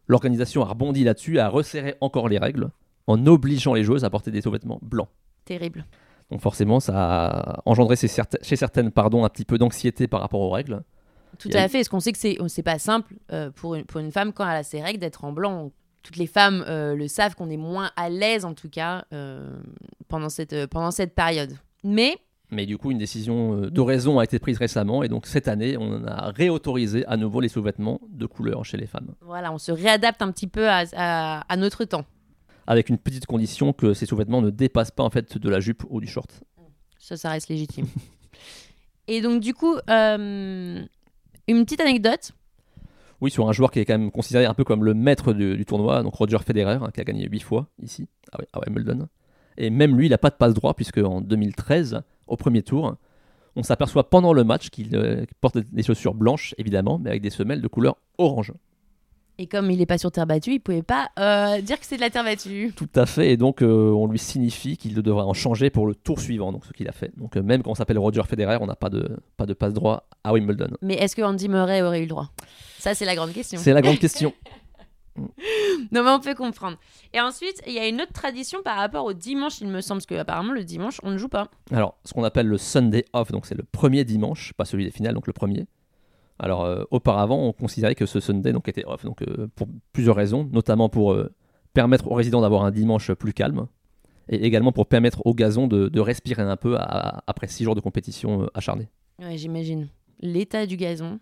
A: l'organisation a rebondi là-dessus, a resserré encore les règles en obligeant les joueuses à porter des sous-vêtements blancs.
B: Terrible.
A: Donc forcément, ça a engendré chez certes- chez certaines pardon, un petit peu d'anxiété par rapport aux règles.
B: Tout
A: Il y a
B: à fait. Est-ce qu'on sait que c'est, c'est pas simple euh, pour, une, pour une femme quand elle a ses règles d'être en blanc Toutes les femmes euh, le savent qu'on est moins à l'aise en tout cas euh, pendant, cette, euh, pendant cette période. Mais
A: Mais du coup, une décision euh, de raison a été prise récemment et donc cette année, on a réautorisé à nouveau les sous-vêtements de couleur chez les femmes.
B: voilà, on se réadapte un petit peu à, à- à notre temps.
A: Avec une petite condition que ces sous-vêtements ne dépassent pas en fait de la jupe ou du short.
B: Ça, ça reste légitime. [LAUGHS] Et donc du coup, euh, une petite anecdote.
A: Oui, sur un joueur qui est quand même considéré un peu comme le maître du, du tournoi, donc Roger Federer, hein, qui a gagné 8 fois ici, Ah à, à Wimbledon. Et même lui, il n'a pas de passe droit, puisque en 2013, au premier tour, on s'aperçoit pendant le match qu'il euh, qu'il porte des chaussures blanches, évidemment, mais avec des semelles de couleur orange.
B: Et comme il n'est pas sur terre battue, il pouvait pas euh, dire que c'est de la terre battue.
A: Tout à fait, et donc euh, on lui signifie qu'il devrait en changer pour le tour suivant, donc ce qu'il a fait. Donc euh, même quand on s'appelle Roger Federer, on n'a pas de, pas de passe droit à Wimbledon.
B: Mais est-ce que Andy Murray aurait eu le droit Ça, c'est la grande question.
A: C'est la grande question.
B: Non, mais on peut comprendre. Et ensuite, il y a une autre tradition par rapport au dimanche, il me semble, parce que apparemment le dimanche, on ne joue pas.
A: Alors, ce qu'on appelle le Sunday off, donc c'est le premier dimanche, pas celui des finales, donc le premier. Alors, euh, auparavant, on considérait que ce Sunday donc, était off, donc euh, pour plusieurs raisons, notamment pour euh, permettre aux résidents d'avoir un dimanche plus calme, et également pour permettre au gazon de, de respirer un peu à- après six jours de compétition euh, acharnée.
B: Ouais, j'imagine. L'état du gazon.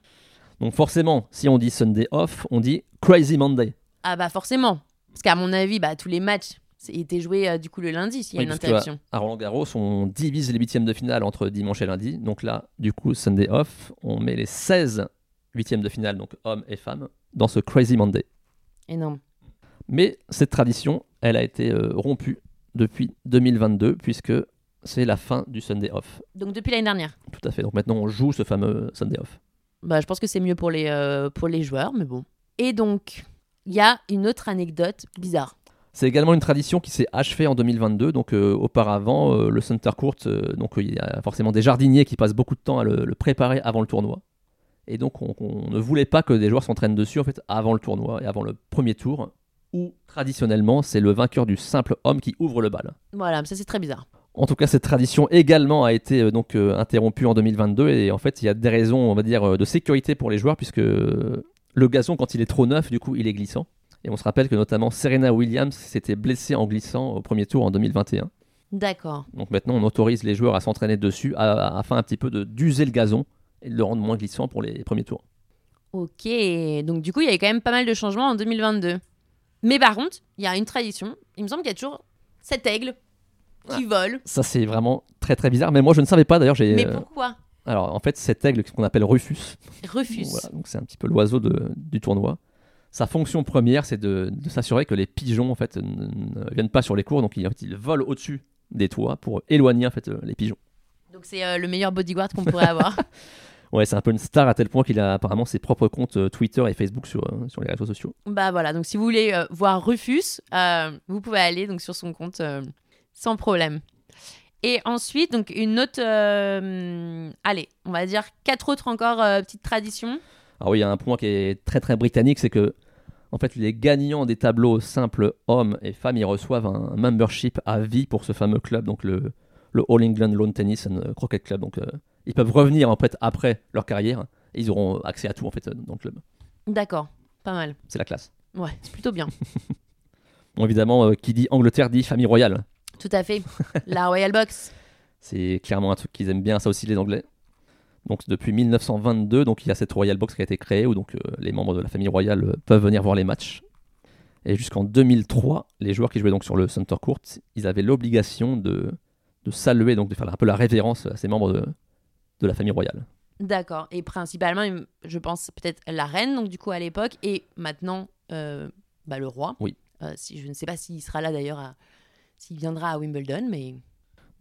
A: Donc forcément, si on dit Sunday off, on dit Crazy Monday.
B: Ah bah forcément. Parce qu'à mon avis, bah, tous les matchs c'est- étaient joués euh, du coup le lundi s'il y a
A: Oui,
B: une
A: parce que, bah,
B: interruption.
A: À Roland Garros, on divise les huitièmes de finale entre dimanche et lundi. Donc là, du coup, Sunday off, on met les 16 huitièmes de finale, donc hommes et femmes, dans ce Crazy Monday.
B: Énorme.
A: Mais cette tradition, elle a été euh, rompue depuis 2022, puisque c'est la fin du Sunday off.
B: Donc depuis l'année dernière.
A: Tout à fait. Donc maintenant, on joue ce fameux Sunday off.
B: Bah, je pense que c'est mieux pour les, euh, pour les joueurs, mais bon. Et donc, il y a une autre anecdote bizarre.
A: C'est également une tradition qui s'est achevée en 2022. Donc euh, auparavant, euh, le center court, euh, donc euh, il y a forcément des jardiniers qui passent beaucoup de temps à le, le préparer avant le tournoi. Et donc on, on ne voulait pas que des joueurs s'entraînent dessus en fait avant le tournoi et avant le premier tour, où traditionnellement c'est le vainqueur du simple homme qui ouvre le bal.
B: Voilà, ça c'est très bizarre.
A: En tout cas, cette tradition également a été euh, donc euh, interrompue en 2022 et en fait, il y a des raisons, on va dire, euh, de sécurité pour les joueurs puisque euh, le gazon, quand il est trop neuf, du coup, il est glissant. Et on se rappelle que notamment Serena Williams s'était blessée en glissant au premier tour en 2021.
B: D'accord.
A: Donc maintenant, on autorise les joueurs à s'entraîner dessus à- à- afin un petit peu de d'user le gazon et de le rendre moins glissant pour les premiers tours.
B: Ok. Donc du coup, il y a eu quand même pas mal de changements en 2022. Mais par contre, il y a une tradition. Il me semble qu'il y a toujours cet aigle qui vole.
A: Ça, c'est vraiment très très bizarre. Mais moi, je ne savais pas d'ailleurs. j'ai,
B: Mais
A: euh,
B: pourquoi
A: Alors, en fait, cet aigle qu'on appelle Rufus,
B: Refuse.
A: Voilà, donc c'est un petit peu l'oiseau de- du tournoi. Sa fonction première, c'est de, de s'assurer que les pigeons en fait ne, ne viennent pas sur les cours, donc ils, ils volent au-dessus des toits pour éloigner en fait euh, les pigeons.
B: Donc c'est euh, le meilleur bodyguard qu'on pourrait
A: [LAUGHS]
B: avoir.
A: Ouais, c'est un peu une star à tel point qu'il a apparemment ses propres comptes euh, Twitter et Facebook sur, euh, sur les réseaux sociaux.
B: bah voilà, donc si vous voulez euh, voir Rufus, euh, vous pouvez aller donc sur son compte euh, sans problème. Et ensuite, donc une autre, euh, allez, on va dire quatre autres encore euh, petites traditions.
A: Alors oui, il y a un point qui est très très britannique, c'est que en fait les gagnants des tableaux simples hommes et femmes, ils reçoivent un membership à vie pour ce fameux club, donc le, le All England Lawn Tennis and Croquet Club. Donc euh, ils peuvent revenir en fait après leur carrière, et ils auront accès à tout en fait euh, dans le club.
B: D'accord, pas mal.
A: C'est la classe.
B: Ouais, c'est plutôt bien.
A: Bon, évidemment, euh, qui dit Angleterre dit famille royale.
B: Tout à fait. La Royal Box.
A: C'est clairement un truc qu'ils aiment bien, ça aussi les Anglais. Donc depuis 1922, donc il y a cette Royal Box qui a été créée où donc euh, les membres de la famille royale euh, peuvent venir voir les matchs. Et jusqu'en 2003, les joueurs qui jouaient donc sur le center court, ils avaient l'obligation de, de saluer, donc de faire un peu la révérence à ces membres de, de la famille royale.
B: D'accord. Et principalement, je pense peut-être la reine, donc du coup à l'époque, et maintenant euh, bah, le roi.
A: Oui.
B: Euh, si, je ne sais pas s'il sera là d'ailleurs, à- s'il viendra à Wimbledon, mais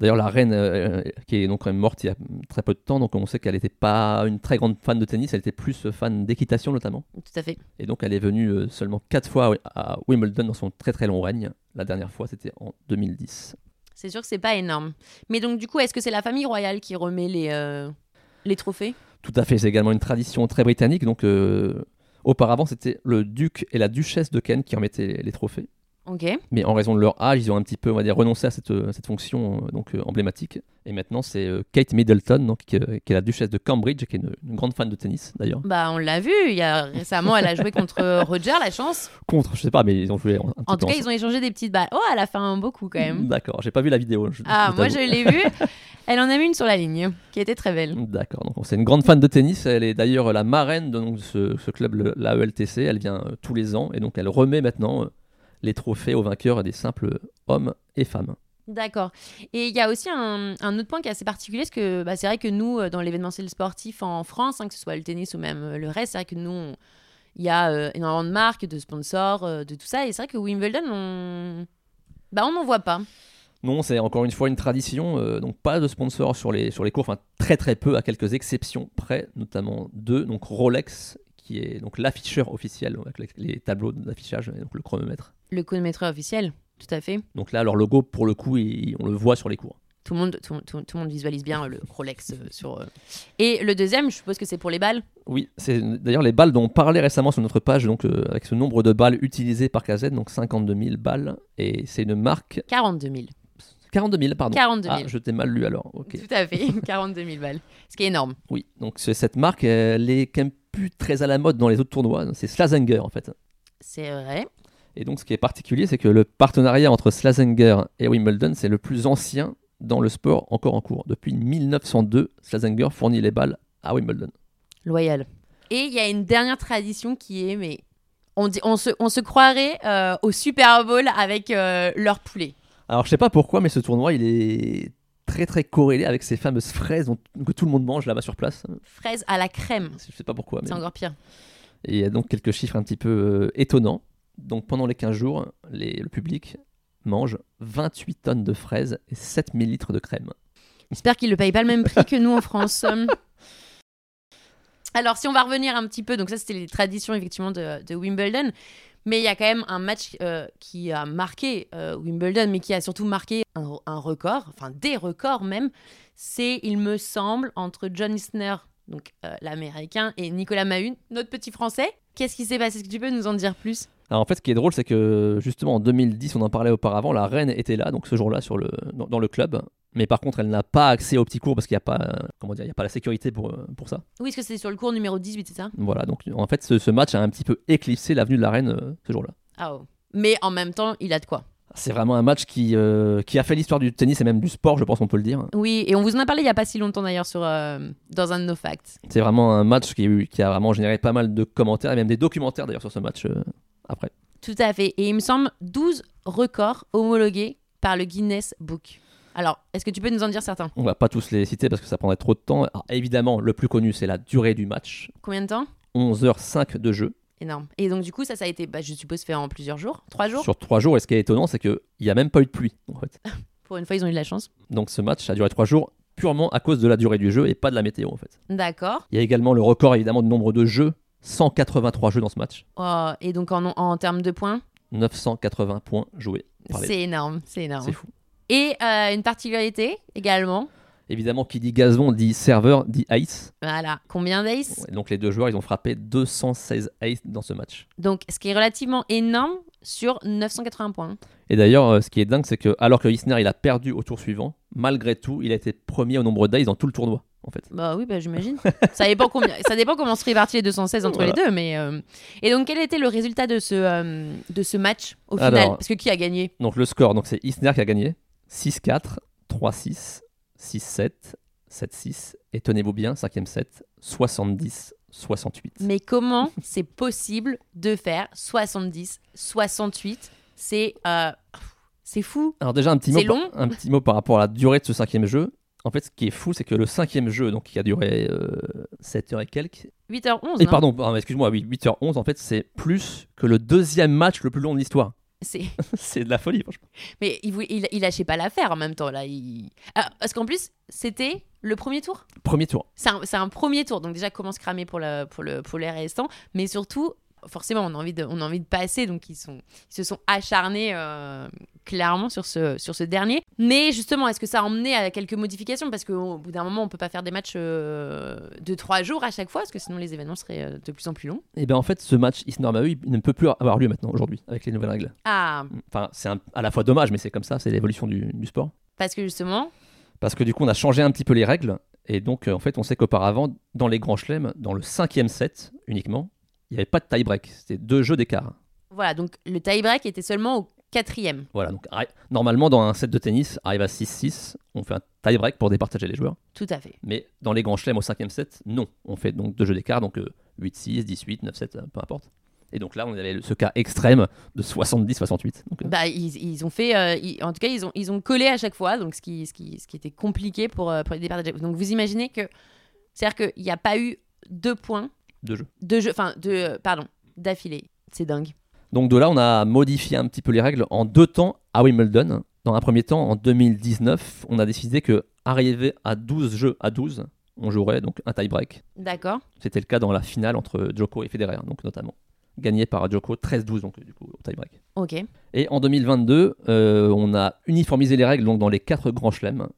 A: D'ailleurs, la reine, euh, qui est donc quand même morte il y a très peu de temps, donc on sait qu'elle n'était pas une très grande fan de tennis, elle était plus fan d'équitation notamment.
B: tout à fait.
A: Et donc elle est venue euh, seulement 4 fois à Wimbledon dans son très très long règne. La dernière fois, c'était en 2010.
B: C'est sûr que c'est pas énorme. Mais donc du coup, est-ce que c'est la famille royale qui remet les, euh, les trophées
A: Tout à fait, c'est également une tradition très britannique. Donc euh, auparavant, c'était le duc et la duchesse de Kent qui remettaient les, les trophées.
B: Ok.
A: Mais en raison de leur âge, ils ont un petit peu, on va dire, renoncé à cette, euh, cette fonction euh, donc euh, emblématique. Et maintenant, c'est euh, Kate Middleton, donc, qui, euh, qui est la duchesse de Cambridge, qui est une- une grande fan de tennis d'ailleurs.
B: Bah on l'a vu, il y a récemment elle a joué contre
A: [LAUGHS]
B: Roger, la chance.
A: contre, je sais pas, mais ils ont joué un petit
B: En tout
A: peu
B: cas, ils ont échangé des petites balles. Oh, elle a fait un beau coup
A: [LAUGHS]
B: quand même.
A: D'accord, j'ai pas vu la vidéo. je-
B: Ah,
A: je
B: moi je
A: t'avoue.
B: l'ai vue. Elle en a mis une sur la ligne, qui était très belle.
A: D'accord, donc c'est une grande fan de tennis. Elle est d'ailleurs la marraine de donc, ce, ce club, le- la E ELTC. Elle vient euh, tous les ans et donc elle remet maintenant euh, les trophées aux vainqueurs des simples hommes et femmes.
B: D'accord. Et il y a aussi un, un autre point qui est assez particulier, parce que bah, c'est vrai que nous, euh, dans l'événementiel sportif en France, hein, que ce soit le tennis ou même euh, le reste, c'est vrai que nous, on- il y a euh, énormément de marques, de sponsors, euh, de tout ça. Et c'est vrai que Wimbledon, on bah, on n'en voit pas.
A: Non, c'est encore une fois une tradition, euh, donc pas de sponsors sur les, sur les cours, enfin très très peu, à quelques exceptions près, notamment deux, donc Rolex, qui est donc l'afficheur officiel, donc, avec les, les tableaux d'affichage, et donc le chronomètre.
B: Le chronomètre officiel, tout à fait.
A: Donc là, leur logo, pour le coup, il- on le voit sur les cours.
B: Tout le monde, tout, tout- tout le monde visualise bien euh, le Rolex euh, sur. euh. Et le deuxième, je suppose que c'est pour les balles.
A: Oui, c'est d'ailleurs les balles dont on parlait récemment sur notre page, donc euh, avec ce nombre de balles utilisées par KZ, donc 52 000 balles, et c'est une marque
B: 42 000.
A: 42 000, pardon.
B: 42 000.
A: Ah, je t'ai mal lu alors. Ok.
B: Tout à fait, [LAUGHS] 42 000 balles. Ce qui est énorme.
A: Oui, donc c'est- cette marque, elle est quand même plus très à la mode dans les autres tournois. C'est Slazenger en fait.
B: C'est vrai.
A: Et donc ce qui est particulier, c'est que le partenariat entre Slazenger et Wimbledon, c'est le plus ancien dans le sport encore en cours. Depuis 1902, Slazenger fournit les balles à Wimbledon.
B: Loyal. Et il y a une dernière tradition qui est, mais on, dit, on, se, on se croirait euh, au Super Bowl avec euh, leur poulet.
A: Alors, je sais pas pourquoi, mais ce tournoi, il est très très corrélé avec ces fameuses fraises dont- que tout le monde mange là-bas sur place.
B: Fraise à la crème.
A: Je sais pas pourquoi. Mais...
B: C'est encore pire.
A: Et il y a donc quelques chiffres un petit peu euh, étonnants. Donc, pendant les 15 jours, les- le public mange 28 tonnes de fraises et 7 000 litres de crème.
B: J'espère qu'ils ne le payent pas le même prix que nous en France. [LAUGHS] Hum. Alors, si on va revenir un petit peu, donc ça, c'était les traditions effectivement de, de Wimbledon. Mais il y a quand même un match euh, qui a marqué euh, Wimbledon, mais qui a surtout marqué un, un record, enfin des records même. C'est, il me semble, entre John Isner, donc euh, l'américain, et Nicolas Mahut, notre petit français. Qu'est-ce qui s'est passé Est-ce que tu peux nous en dire plus
A: Alors, en fait, ce qui est drôle, c'est que justement en 2010, on en parlait auparavant, la reine était là, donc ce jour-là, sur le, dans, dans le club. Mais par contre, elle n'a pas accès aux petits cours parce qu'il n'y a, pas, euh, comment dire, il y a pas la sécurité pour, euh, pour ça.
B: Oui, est-ce que c'est sur le cours numéro 18, c'est ça
A: Voilà, donc en fait, ce, ce match a un petit peu éclipsé l'avenue de la reine euh, ce jour-là.
B: Ah oh. Mais en même temps, il a de quoi
A: C'est vraiment un match qui, euh, qui a fait l'histoire du tennis et même du sport, je pense qu'on peut le dire.
B: Oui, et on vous en a parlé il n'y a pas si longtemps d'ailleurs sur euh, dans un de nos facts.
A: C'est vraiment un match qui, a eu- qui a vraiment généré pas mal de commentaires et même des documentaires d'ailleurs sur ce match euh, après.
B: Tout à fait. Et il me semble 12 records homologués par le Guinness Book. Alors, est-ce que tu peux nous en dire certains
A: On va pas tous les citer parce que ça prendrait trop de temps. Alors, évidemment, le plus connu, c'est la durée du match.
B: Combien de temps
A: 11h05 de jeu
B: Énorme. Et donc du coup, ça, ça a été, bah, je suppose, fait en plusieurs jours, trois jours.
A: sur 3 jours. Et ce qui est étonnant, c'est qu'il n'y a même pas eu de pluie. En fait.
B: Pour une fois, ils ont eu de la chance.
A: Donc ce match a duré 3 jours purement à cause de la durée du jeu et pas de la météo. En fait.
B: D'accord.
A: Il y a également le record évidemment du nombre de jeux. 183 jeux dans ce match.
B: Oh, et donc en, en termes de points,
A: 980 points joués. par les-
B: c'est énorme, c'est énorme.
A: C'est fou.
B: Et euh, une particularité également.
A: Évidemment, qui dit gazon dit serveur dit ice.
B: Voilà. Combien d'aces
A: Donc les deux joueurs, ils ont frappé 216 ice dans ce match.
B: Donc, ce qui est relativement énorme sur 980 points.
A: Et d'ailleurs, euh, ce qui est dingue, c'est que alors que Isner il a perdu au tour suivant, malgré tout, il a été premier au nombre d'ice dans tout le tournoi. En fait,
B: Bah oui, bah j'imagine. ça, dépend combien, ça dépend comment se répartit les 216 entre
A: Voilà.
B: les deux. Mais, euh, Et donc, quel était le résultat de ce, euh, de ce match au final
A: Alors-
B: Parce que qui a gagné
A: donc le score, donc c'est Isner qui a gagné 6-4, 3-6, 6-7, 7-6 et tenez-vous bien, cinquième set 70, 68.
B: Mais comment c'est possible de faire 70, 68 C'est euh, c'est fou.
A: Alors déjà un petit mot,
B: C'est
A: par-
B: long.
A: un petit mot par rapport à la durée de ce cinquième jeu. En fait, ce qui est fou, c'est que le cinquième jeu, donc qui a duré 7 heures et quelques,
B: 8h11.
A: Et
B: non
A: pardon, pardon, excuse-moi, oui, 8h11, en fait, c'est plus que le deuxième match le plus long de l'histoire.
B: C'est...
A: [LAUGHS] c'est de la folie, franchement.
B: Mais il, vou- il, il lâchait pas l'affaire en même temps. Là. Il... Ah, parce qu'en plus, c'était le premier tour.
A: Premier tour.
B: C'est un, c'est un premier tour. Donc déjà, comment se cramer pour, la, pour, le, pour les restants. Mais surtout, forcément, on a envie de, on a envie de passer. Donc ils, sont, ils se sont acharnés euh, clairement sur ce, sur ce dernier. Mais justement, est-ce que ça a emmené à quelques modifications Parce qu'au bout d'un moment, on peut pas faire des matchs euh, de trois jours à chaque fois. Parce que sinon, les événements seraient euh, de plus en plus longs.
A: Et bien Eh ben, en fait, ce match Isnormaeu, il ne peut plus avoir lieu maintenant, aujourd'hui, avec les nouvelles règles.
B: Ah,
A: Enfin, c'est un- à la fois dommage, mais c'est comme ça, c'est l'évolution du, du sport.
B: parce que justement,
A: Parce que du coup, on a changé un petit peu les règles. Et donc, euh, en fait, on sait qu'auparavant, dans les grands chelems, dans le cinquième set uniquement, il n'y avait pas de tie-break. C'était deux jeux d'écart.
B: voilà. Donc le tie-break était seulement au quatrième.
A: Voilà, donc arri- normalement, dans un set de tennis, arrive à 6-6, on fait un tie-break pour départager les joueurs.
B: Tout à fait.
A: Mais dans les grands chelems au cinquième set, non. On fait donc deux jeux d'écart, donc euh, 8-6, 18, 9-7, euh, peu importe. Et donc là, on avait le- ce cas extrême de 70-68. Donc, euh,
B: Bah, ils, ils ont fait, euh, ils- en tout cas, ils ont, ils ont collé à chaque fois, donc ce qui, ce qui, ce qui était compliqué pour, euh, pour les départager. Donc vous imaginez que, c'est-à-dire qu'il n'y a pas eu deux points,
A: deux jeux.
B: deux jeux, enfin, deux, euh, pardon, d'affilée. C'est dingue.
A: Donc de là, on a modifié un petit peu les règles en deux temps à Wimbledon. Dans un premier temps, en 2019, on a décidé que arrivé à 12 jeux à 12, on jouerait donc un tie-break.
B: D'accord.
A: C'était le cas dans la finale entre Djoko et Federer, donc notamment. Gagné par Djoko 13-12, donc du coup, au tie-break.
B: Ok.
A: Et en 2022, euh, on a uniformisé les règles donc, dans les quatre grands chelems.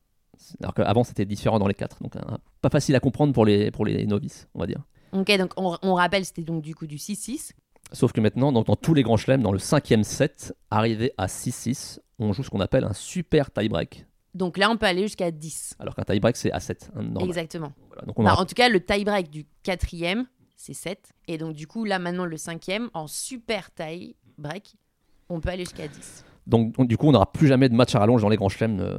A: Alors qu'avant, c'était différent dans les quatre. Donc, hein, pas facile à comprendre pour les, pour les novices, on va dire.
B: Ok, donc on, on rappelle, c'était donc du coup du 6-6.
A: Sauf que maintenant, donc, dans tous les grands chelems, dans le cinquième set, arrivé à 6-6, on joue ce qu'on appelle un super tie-break.
B: Donc là, on peut aller jusqu'à 10.
A: Alors qu'un tie-break, c'est à 7. hein, normal.
B: Exactement.
A: Voilà. Donc, on
B: Bah,
A: aura-
B: en tout cas, le tie-break du quatrième, c'est 7. Et donc du coup, là maintenant, le cinquième, en super tie-break, on peut aller jusqu'à 10.
A: donc, on- du coup, on n'aura plus jamais de match à rallonge dans les grands chelems. euh,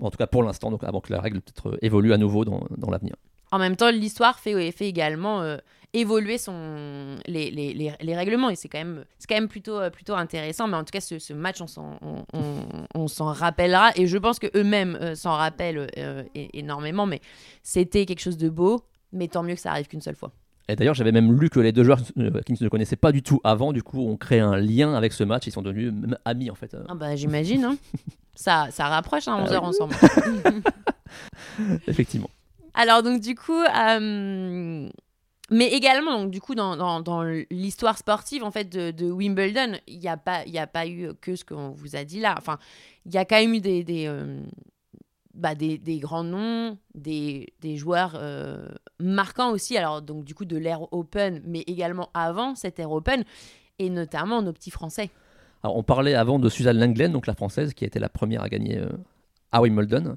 A: En tout cas, pour l'instant, donc avant que la règle peut-être euh, évolue à nouveau dans, dans l'avenir.
B: En même temps, l'histoire fait, fait également euh, évoluer son, les, les- les- les règlements et c'est quand même, c'est quand même plutôt, euh, plutôt intéressant. Mais en tout cas, ce, ce match, on s'en, on, on- on s'en rappellera et je pense que eux-mêmes euh, s'en rappellent euh, é- énormément. Mais c'était quelque chose de beau, mais tant mieux que ça arrive qu'une seule fois.
A: Et d'ailleurs, j'avais même lu que les deux joueurs euh, qui ne se connaissaient pas du tout avant, du coup, ont créé un lien avec ce match. Ils sont devenus même amis, en fait. euh.
B: Ah bah j'imagine. hein. ça, ça rapproche, hein,
A: Ah
B: 11 heures ensemble.
A: Effectivement.
B: Alors donc du coup, euh, mais également donc du coup dans, dans- dans l'histoire sportive en fait de, de Wimbledon, il n'y a pas il y a pas eu que ce qu'on vous a dit là. Enfin, il y a quand même eu des des, euh, bah, des, des grands noms, des, des joueurs euh, marquants aussi. Alors donc du coup de l'ère Open, mais également avant cette ère Open et notamment nos petits Français.
A: Alors, on parlait avant de Suzanne Lenglen, donc la française, qui a été la première à gagner euh, à Wimbledon.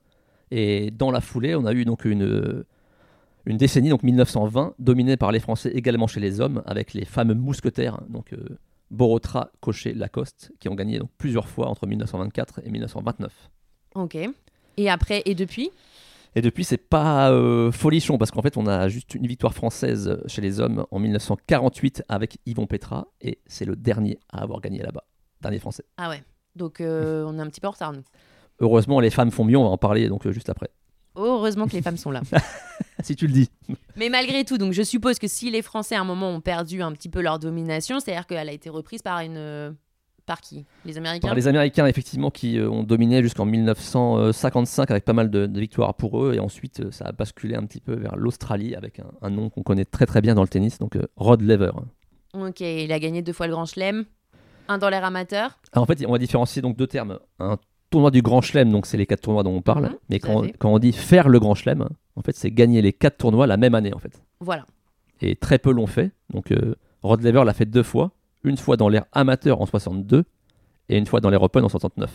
A: Et dans la foulée, on a eu donc une, euh, une décennie, donc 1920, dominée par les Français également chez les hommes, avec les fameux mousquetaires, donc euh, Borotra, Cochet, Lacoste, qui ont gagné donc, plusieurs fois entre 1924 et 1929.
B: Ok. Et après et depuis.
A: Et depuis, c'est pas euh, folichon, parce qu'en fait, on a juste une victoire française euh, chez les hommes en 1948 avec Yvon Petra, et c'est le dernier à avoir gagné là-bas. Dernier français.
B: Ah ouais. Donc euh, on est un petit peu en retard nous.
A: Heureusement, les femmes font mieux, on va en parler donc euh, juste après.
B: Heureusement que les femmes sont là.
A: [LAUGHS] si tu le dis.
B: Mais malgré tout, donc je suppose que si les Français à un moment ont perdu un petit peu leur domination, c'est-à-dire qu'elle a été reprise par une euh, par qui Les Américains.
A: Par les Américains, effectivement, qui euh, ont dominé jusqu'en 1955 avec pas mal de, de victoires pour eux, et ensuite, euh, ça a basculé un petit peu vers l'Australie avec un, un nom qu'on connaît très très bien dans le tennis, donc euh, Rod Lever.
B: Ok, il a gagné deux fois le Grand Chelem, un dans l'air amateur.
A: Alors, en fait, on va différencier donc deux termes. Un tournoi du Grand Chelem, donc c'est les quatre tournois dont on parle.
B: Mhm,
A: mais
B: tout à
A: quand,
B: fait.
A: quand on dit faire le Grand Chelem, en fait, c'est gagner les quatre tournois la même année, en fait.
B: Voilà.
A: Et très peu l'ont fait. Donc, euh, Rod Laver l'a fait deux fois. Une fois dans l'ère amateur en 62 et une fois dans l'ère open en 69.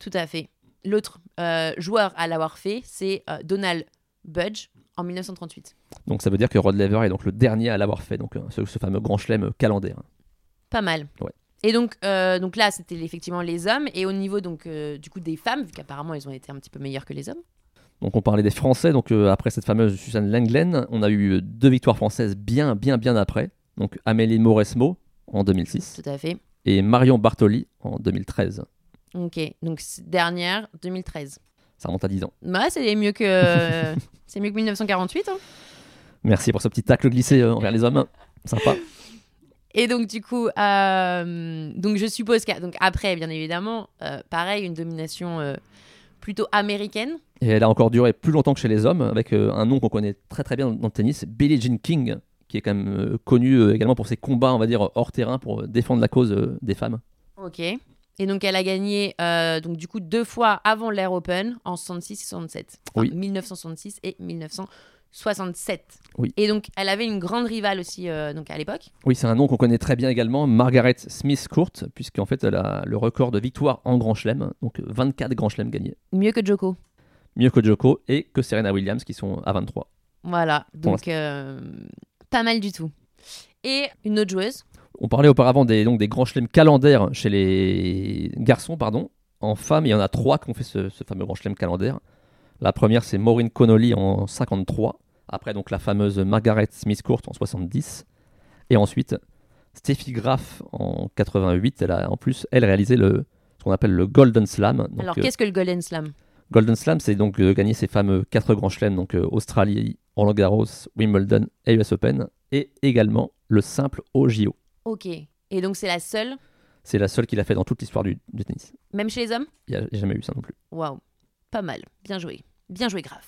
B: Tout à fait. L'autre euh, joueur à l'avoir fait, c'est euh, Donald Budge en 1938.
A: Donc, ça veut dire que Rod Laver est donc le dernier à l'avoir fait. Donc, euh, ce, ce fameux Grand Chelem calendaire.
B: Pas mal.
A: Ouais.
B: Et donc, euh, donc là, c'était effectivement les hommes. Et au niveau donc euh, du coup des femmes, vu qu'apparemment ils ont été un petit peu meilleurs que les hommes.
A: Donc, on parlait des Français. Donc, euh, après cette fameuse Suzanne Lenglen, on a eu euh, deux victoires françaises bien, bien, bien après. Donc, Amélie Mauresmo en 2006
B: Tout à fait.
A: et Marion Bartoli en 2013.
B: Ok. Donc c- dernière 2013.
A: Ça remonte à 10 ans.
B: Bah, c'est
A: [LAUGHS]
B: mieux que euh, c'est mieux que 1948. hein.
A: Merci pour ce petit tacle glissé euh, envers les hommes. Sympa.
B: Et donc, du coup, euh, donc je suppose qu'après, donc après, bien évidemment, euh, pareil, une domination euh, plutôt américaine.
A: Et elle a encore duré plus longtemps que chez les hommes, avec euh, un nom qu'on connaît très très bien dans, dans le tennis, Billie Jean King, qui est quand même euh, connue euh, également pour ses combats, on va dire, hors terrain pour euh, défendre la cause euh, des femmes.
B: Ok. Et donc, elle a gagné, euh, donc du coup, deux fois avant l'Air Open, en 66 et 67. Enfin,
A: Oui.
B: 1966 et 1967.
A: Oui.
B: Et donc, elle avait une grande rivale aussi euh, donc à l'époque.
A: Oui, c'est un nom qu'on connaît très bien également, Margaret Smith Court, puisqu'en fait elle a le record de victoires en Grand Chelem, donc 24 Grand Chelem gagnés.
B: Mieux que Joko.
A: Mieux que Joko et que Serena Williams qui sont à 23.
B: Voilà.
A: Pour
B: Donc, euh, pas mal du tout. Et une autre joueuse.
A: On parlait auparavant des, donc, des grands chelems calendaires chez les garçons, pardon. En femmes, il y en a trois qui ont fait ce, ce fameux grand chelem calendaire. La première, c'est Maureen Connolly en 53. Après, donc, la fameuse Margaret Smith Court en 70. Et ensuite, Steffi Graf en 88. Elle a, en plus, elle réalisé le, ce qu'on appelle le Golden Slam. Donc,
B: Alors,
A: euh,
B: qu'est-ce que le Golden Slam
A: Golden Slam, c'est donc euh, gagner ces fameux quatre grands chelems, donc euh, Australie, Roland Garros, Wimbledon et US Open. Et également le simple au JO.
B: Ok. Et donc, c'est la seule,
A: C'est la seule qu'il a fait dans toute l'histoire du, du tennis.
B: même chez les hommes
A: Il n'y a jamais eu ça non plus.
B: Waouh, pas mal, bien joué, bien joué grave.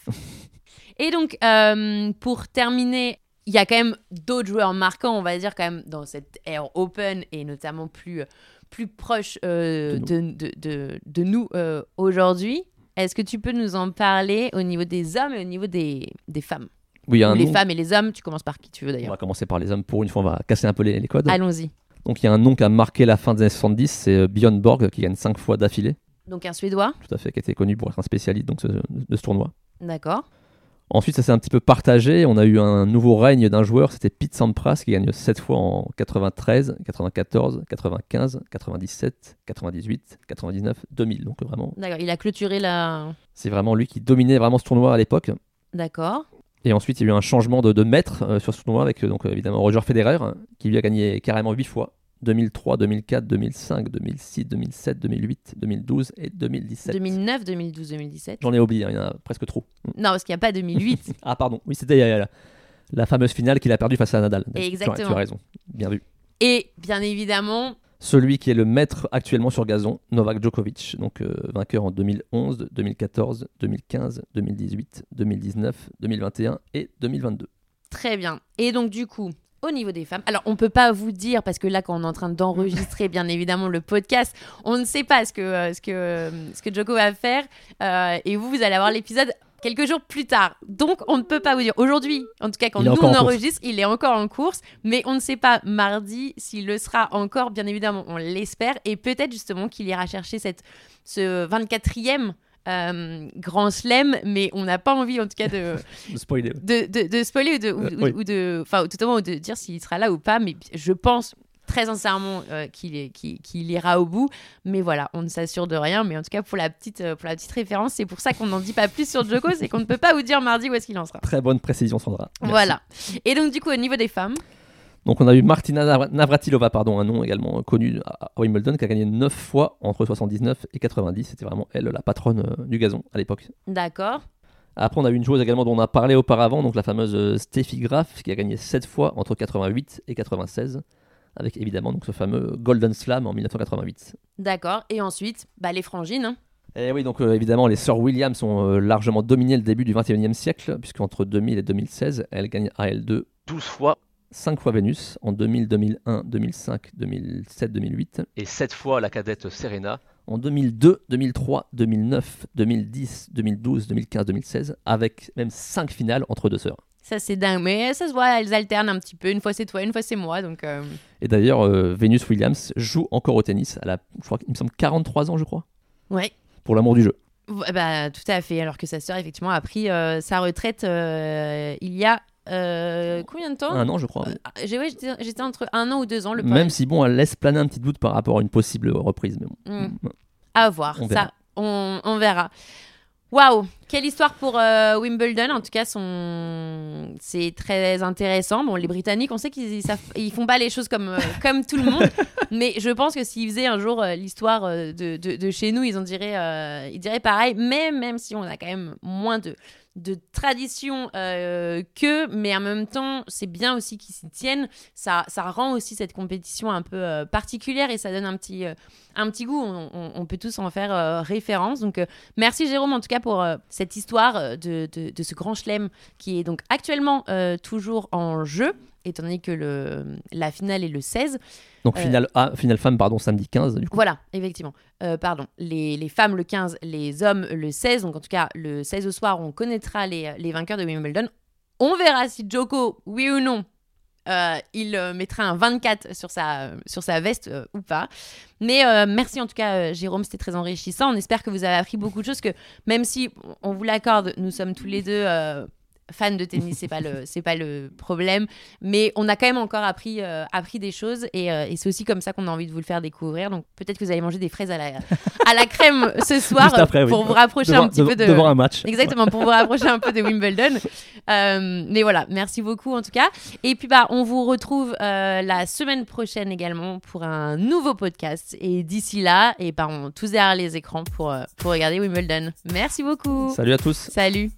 A: [LAUGHS]
B: Et donc, euh, pour terminer, il y a quand même d'autres joueurs marquants, on va dire, quand même, dans cette ère open et notamment plus, plus proche euh, de, de, de- de nous euh, aujourd'hui. Est-ce que tu peux nous en parler au niveau des hommes et au niveau des, des femmes
A: Oui, il y a
B: Ou
A: un
B: Les
A: nom.
B: femmes et les hommes, tu commences par qui tu veux
A: On
B: d'ailleurs.
A: va commencer par les hommes pour une fois, on va casser un peu les, les codes.
B: Allons-y.
A: Donc il y a un nom qui a marqué la fin des années 70, c'est euh, Björn Borg qui gagne 5 fois d'affilée,
B: Donc un Suédois,
A: tout à fait, qui était connu pour être un spécialiste donc, ce- de ce tournoi.
B: d'accord.
A: Ensuite, ça s'est un petit peu partagé. On a eu un nouveau règne d'un joueur, c'était Pete Sampras qui gagne 7 fois en 93, 94, 95, 97, 98, 99, 2000. Donc vraiment,
B: D'accord, il a clôturé la...
A: c'est vraiment lui qui dominait vraiment ce tournoi à l'époque.
B: D'accord.
A: Et ensuite, il y a eu un changement de, de maître euh, sur ce tournoi avec euh, donc euh, évidemment Roger Federer hein, qui lui a gagné carrément 8 fois 2003, 2004, 2005, 2006, 2007, 2008, 2012 et 2017.
B: 2009, 2012, 2017.
A: J'en ai oublié, hein, il y en a presque trop.
B: Non, parce qu'il n'y a pas 2008.
A: [LAUGHS] Ah pardon, oui, c'était euh, la, la fameuse finale qu'il a perdue face à Nadal. Tu as-
B: Exactement.
A: Tu as raison. Bien vu.
B: Et bien évidemment,
A: Celui qui est le maître actuellement sur gazon, Novak Djokovic, donc euh, vainqueur en 2011, 2014, 2015, 2018, 2019, 2021 et 2022.
B: très bien. Et donc du coup, au niveau des femmes, alors on peut pas vous dire parce que là quand on est en train d'enregistrer bien évidemment le podcast, on ne sait pas ce que euh, ce que euh, ce que Joko va faire euh, et vous vous allez avoir l'épisode quelques jours plus tard. Donc on ne peut pas vous dire aujourd'hui, en tout cas quand
A: Il est
B: nous
A: encore
B: on
A: en course.
B: enregistre, il est encore en course, mais on ne sait pas mardi s'il le sera encore bien évidemment, on l'espère et peut-être justement qu'il ira chercher cette ce 24e euh, grand chelem, mais on n'a pas envie en tout cas de,
A: Spoiler.
B: de, de, de spoiler ou de, ou,
A: Euh,
B: ou-
A: oui.
B: ou de, enfin, tout au moins, ou de dire s'il sera là ou pas. Mais je pense très sincèrement euh, qu'il est- qu'il qu'il ira au bout. Mais voilà, on ne s'assure de rien. Mais en tout cas, pour la petite, euh, pour la petite référence, c'est pour ça qu'on n'en dit pas plus sur Joko, c'est qu'on ne peut pas vous dire mardi où est-ce qu'il en sera.
A: Très bonne précision, Sandra. Merci.
B: Voilà. Et donc, du coup, au niveau des femmes,
A: Donc on a eu Martina Navra- Navratilova, pardon, un nom également euh, connu à à Wimbledon, qui a gagné 9 fois entre 79 et 90. C'était vraiment elle, la patronne euh, du gazon à l'époque.
B: d'accord.
A: Après, on a eu une joueuse également dont on a parlé auparavant, donc la fameuse euh, Steffi Graf, qui a gagné 7 fois entre 88 et 96, avec évidemment donc ce fameux Golden Slam en 1988.
B: D'accord. Et ensuite, bah, les frangines. hein.
A: Et oui, donc euh, évidemment, les sœurs Williams ont euh, largement dominé le début du 21e siècle, puisqu'entre 2000 et 2016, elles gagnent à elles deux
C: 12 fois
A: 5 fois Vénus, en 2000, 2001, 2005, 2007, 2008.
C: et 7 fois la cadette Serena.
A: en 2002, 2003, 2009, 2010, 2012, 2015, 2016, avec même 5 finales entre deux sœurs.
B: Ça, c'est dingue. Mais ça se voit, elles alternent un petit peu. Une fois, c'est toi, une fois, c'est moi. Donc, euh,
A: Et d'ailleurs, euh, Venus Williams joue encore au tennis. Elle a, je crois, il me semble, 43 ans, je crois,
B: ouais.
A: pour l'amour du jeu.
B: Ouais, Bah, tout à fait, alors que sa sœur, effectivement, a pris euh, sa retraite euh, il y a euh, combien de temps
A: Un an, je crois.
B: Ah, j'ai- ouais, J'étais j'étais entre un an ou deux ans, le
A: Même
B: même
A: si, bon, elle laisse planer un petit doute par rapport à une possible reprise. Mais bon.
B: Mm. À voir,
A: On verra.
B: ça, on, on verra. Waouh, quelle histoire pour euh, Wimbledon, en tout cas, son... c'est très intéressant. Bon, les Britanniques, on sait qu'ils ils savent- ils font pas les choses
A: [LAUGHS]
B: comme, euh, comme tout le monde, mais je pense que s'ils faisaient un jour euh, l'histoire euh, de, de- de chez nous, ils en diraient, euh, ils diraient pareil, mais même si on a quand même moins de, de tradition euh, que, mais en même temps, c'est bien aussi qu'ils s'y tiennent. Ça, ça rend aussi cette compétition un peu euh, particulière et ça donne un petit, euh, un petit goût. On, on- on peut tous en faire euh, référence. Donc, euh, merci Jérôme en tout cas pour euh, cette histoire euh, de, de- de ce grand chelem qui est donc actuellement euh, toujours en jeu, étant donné que le, la finale est le 16.
A: Donc
B: Euh,
A: finale, A, finale femme, pardon, samedi 15. Du coup.
B: Voilà, effectivement. Euh, pardon, les, les femmes le 15, les hommes le 16. Donc en tout cas, le 16 au soir, on connaîtra les, les vainqueurs de Wimbledon. On verra si Joko, oui ou non, euh, il euh, mettra un 24 sur sa, sur sa veste euh, ou pas. Mais euh, merci en tout cas, euh, Jérôme, c'était très enrichissant. On espère que vous avez appris beaucoup de choses, que même si, on vous l'accorde, nous sommes tous les deux... euh, fans de tennis, c'est
A: [LAUGHS]
B: pas le, c'est pas le problème, mais on a quand même encore appris, euh, appris des choses et, euh, et c'est aussi comme ça qu'on a envie de vous le faire découvrir. Donc peut-être que vous allez manger des fraises à la, à la crème ce
A: [LAUGHS]
B: soir
A: Juste après, oui.
B: pour vous rapprocher
A: Devant,
B: un petit peu de,
A: devant- devant un match.
B: [LAUGHS] Exactement, pour vous rapprocher un peu de Wimbledon. Euh, mais voilà, merci beaucoup en tout cas. Et puis bah, on vous retrouve euh, la semaine prochaine également pour un nouveau podcast. Et d'ici là, eh et ben on tous derrière les écrans pour, euh, pour regarder Wimbledon. Merci beaucoup.
A: Salut à tous.
B: Salut.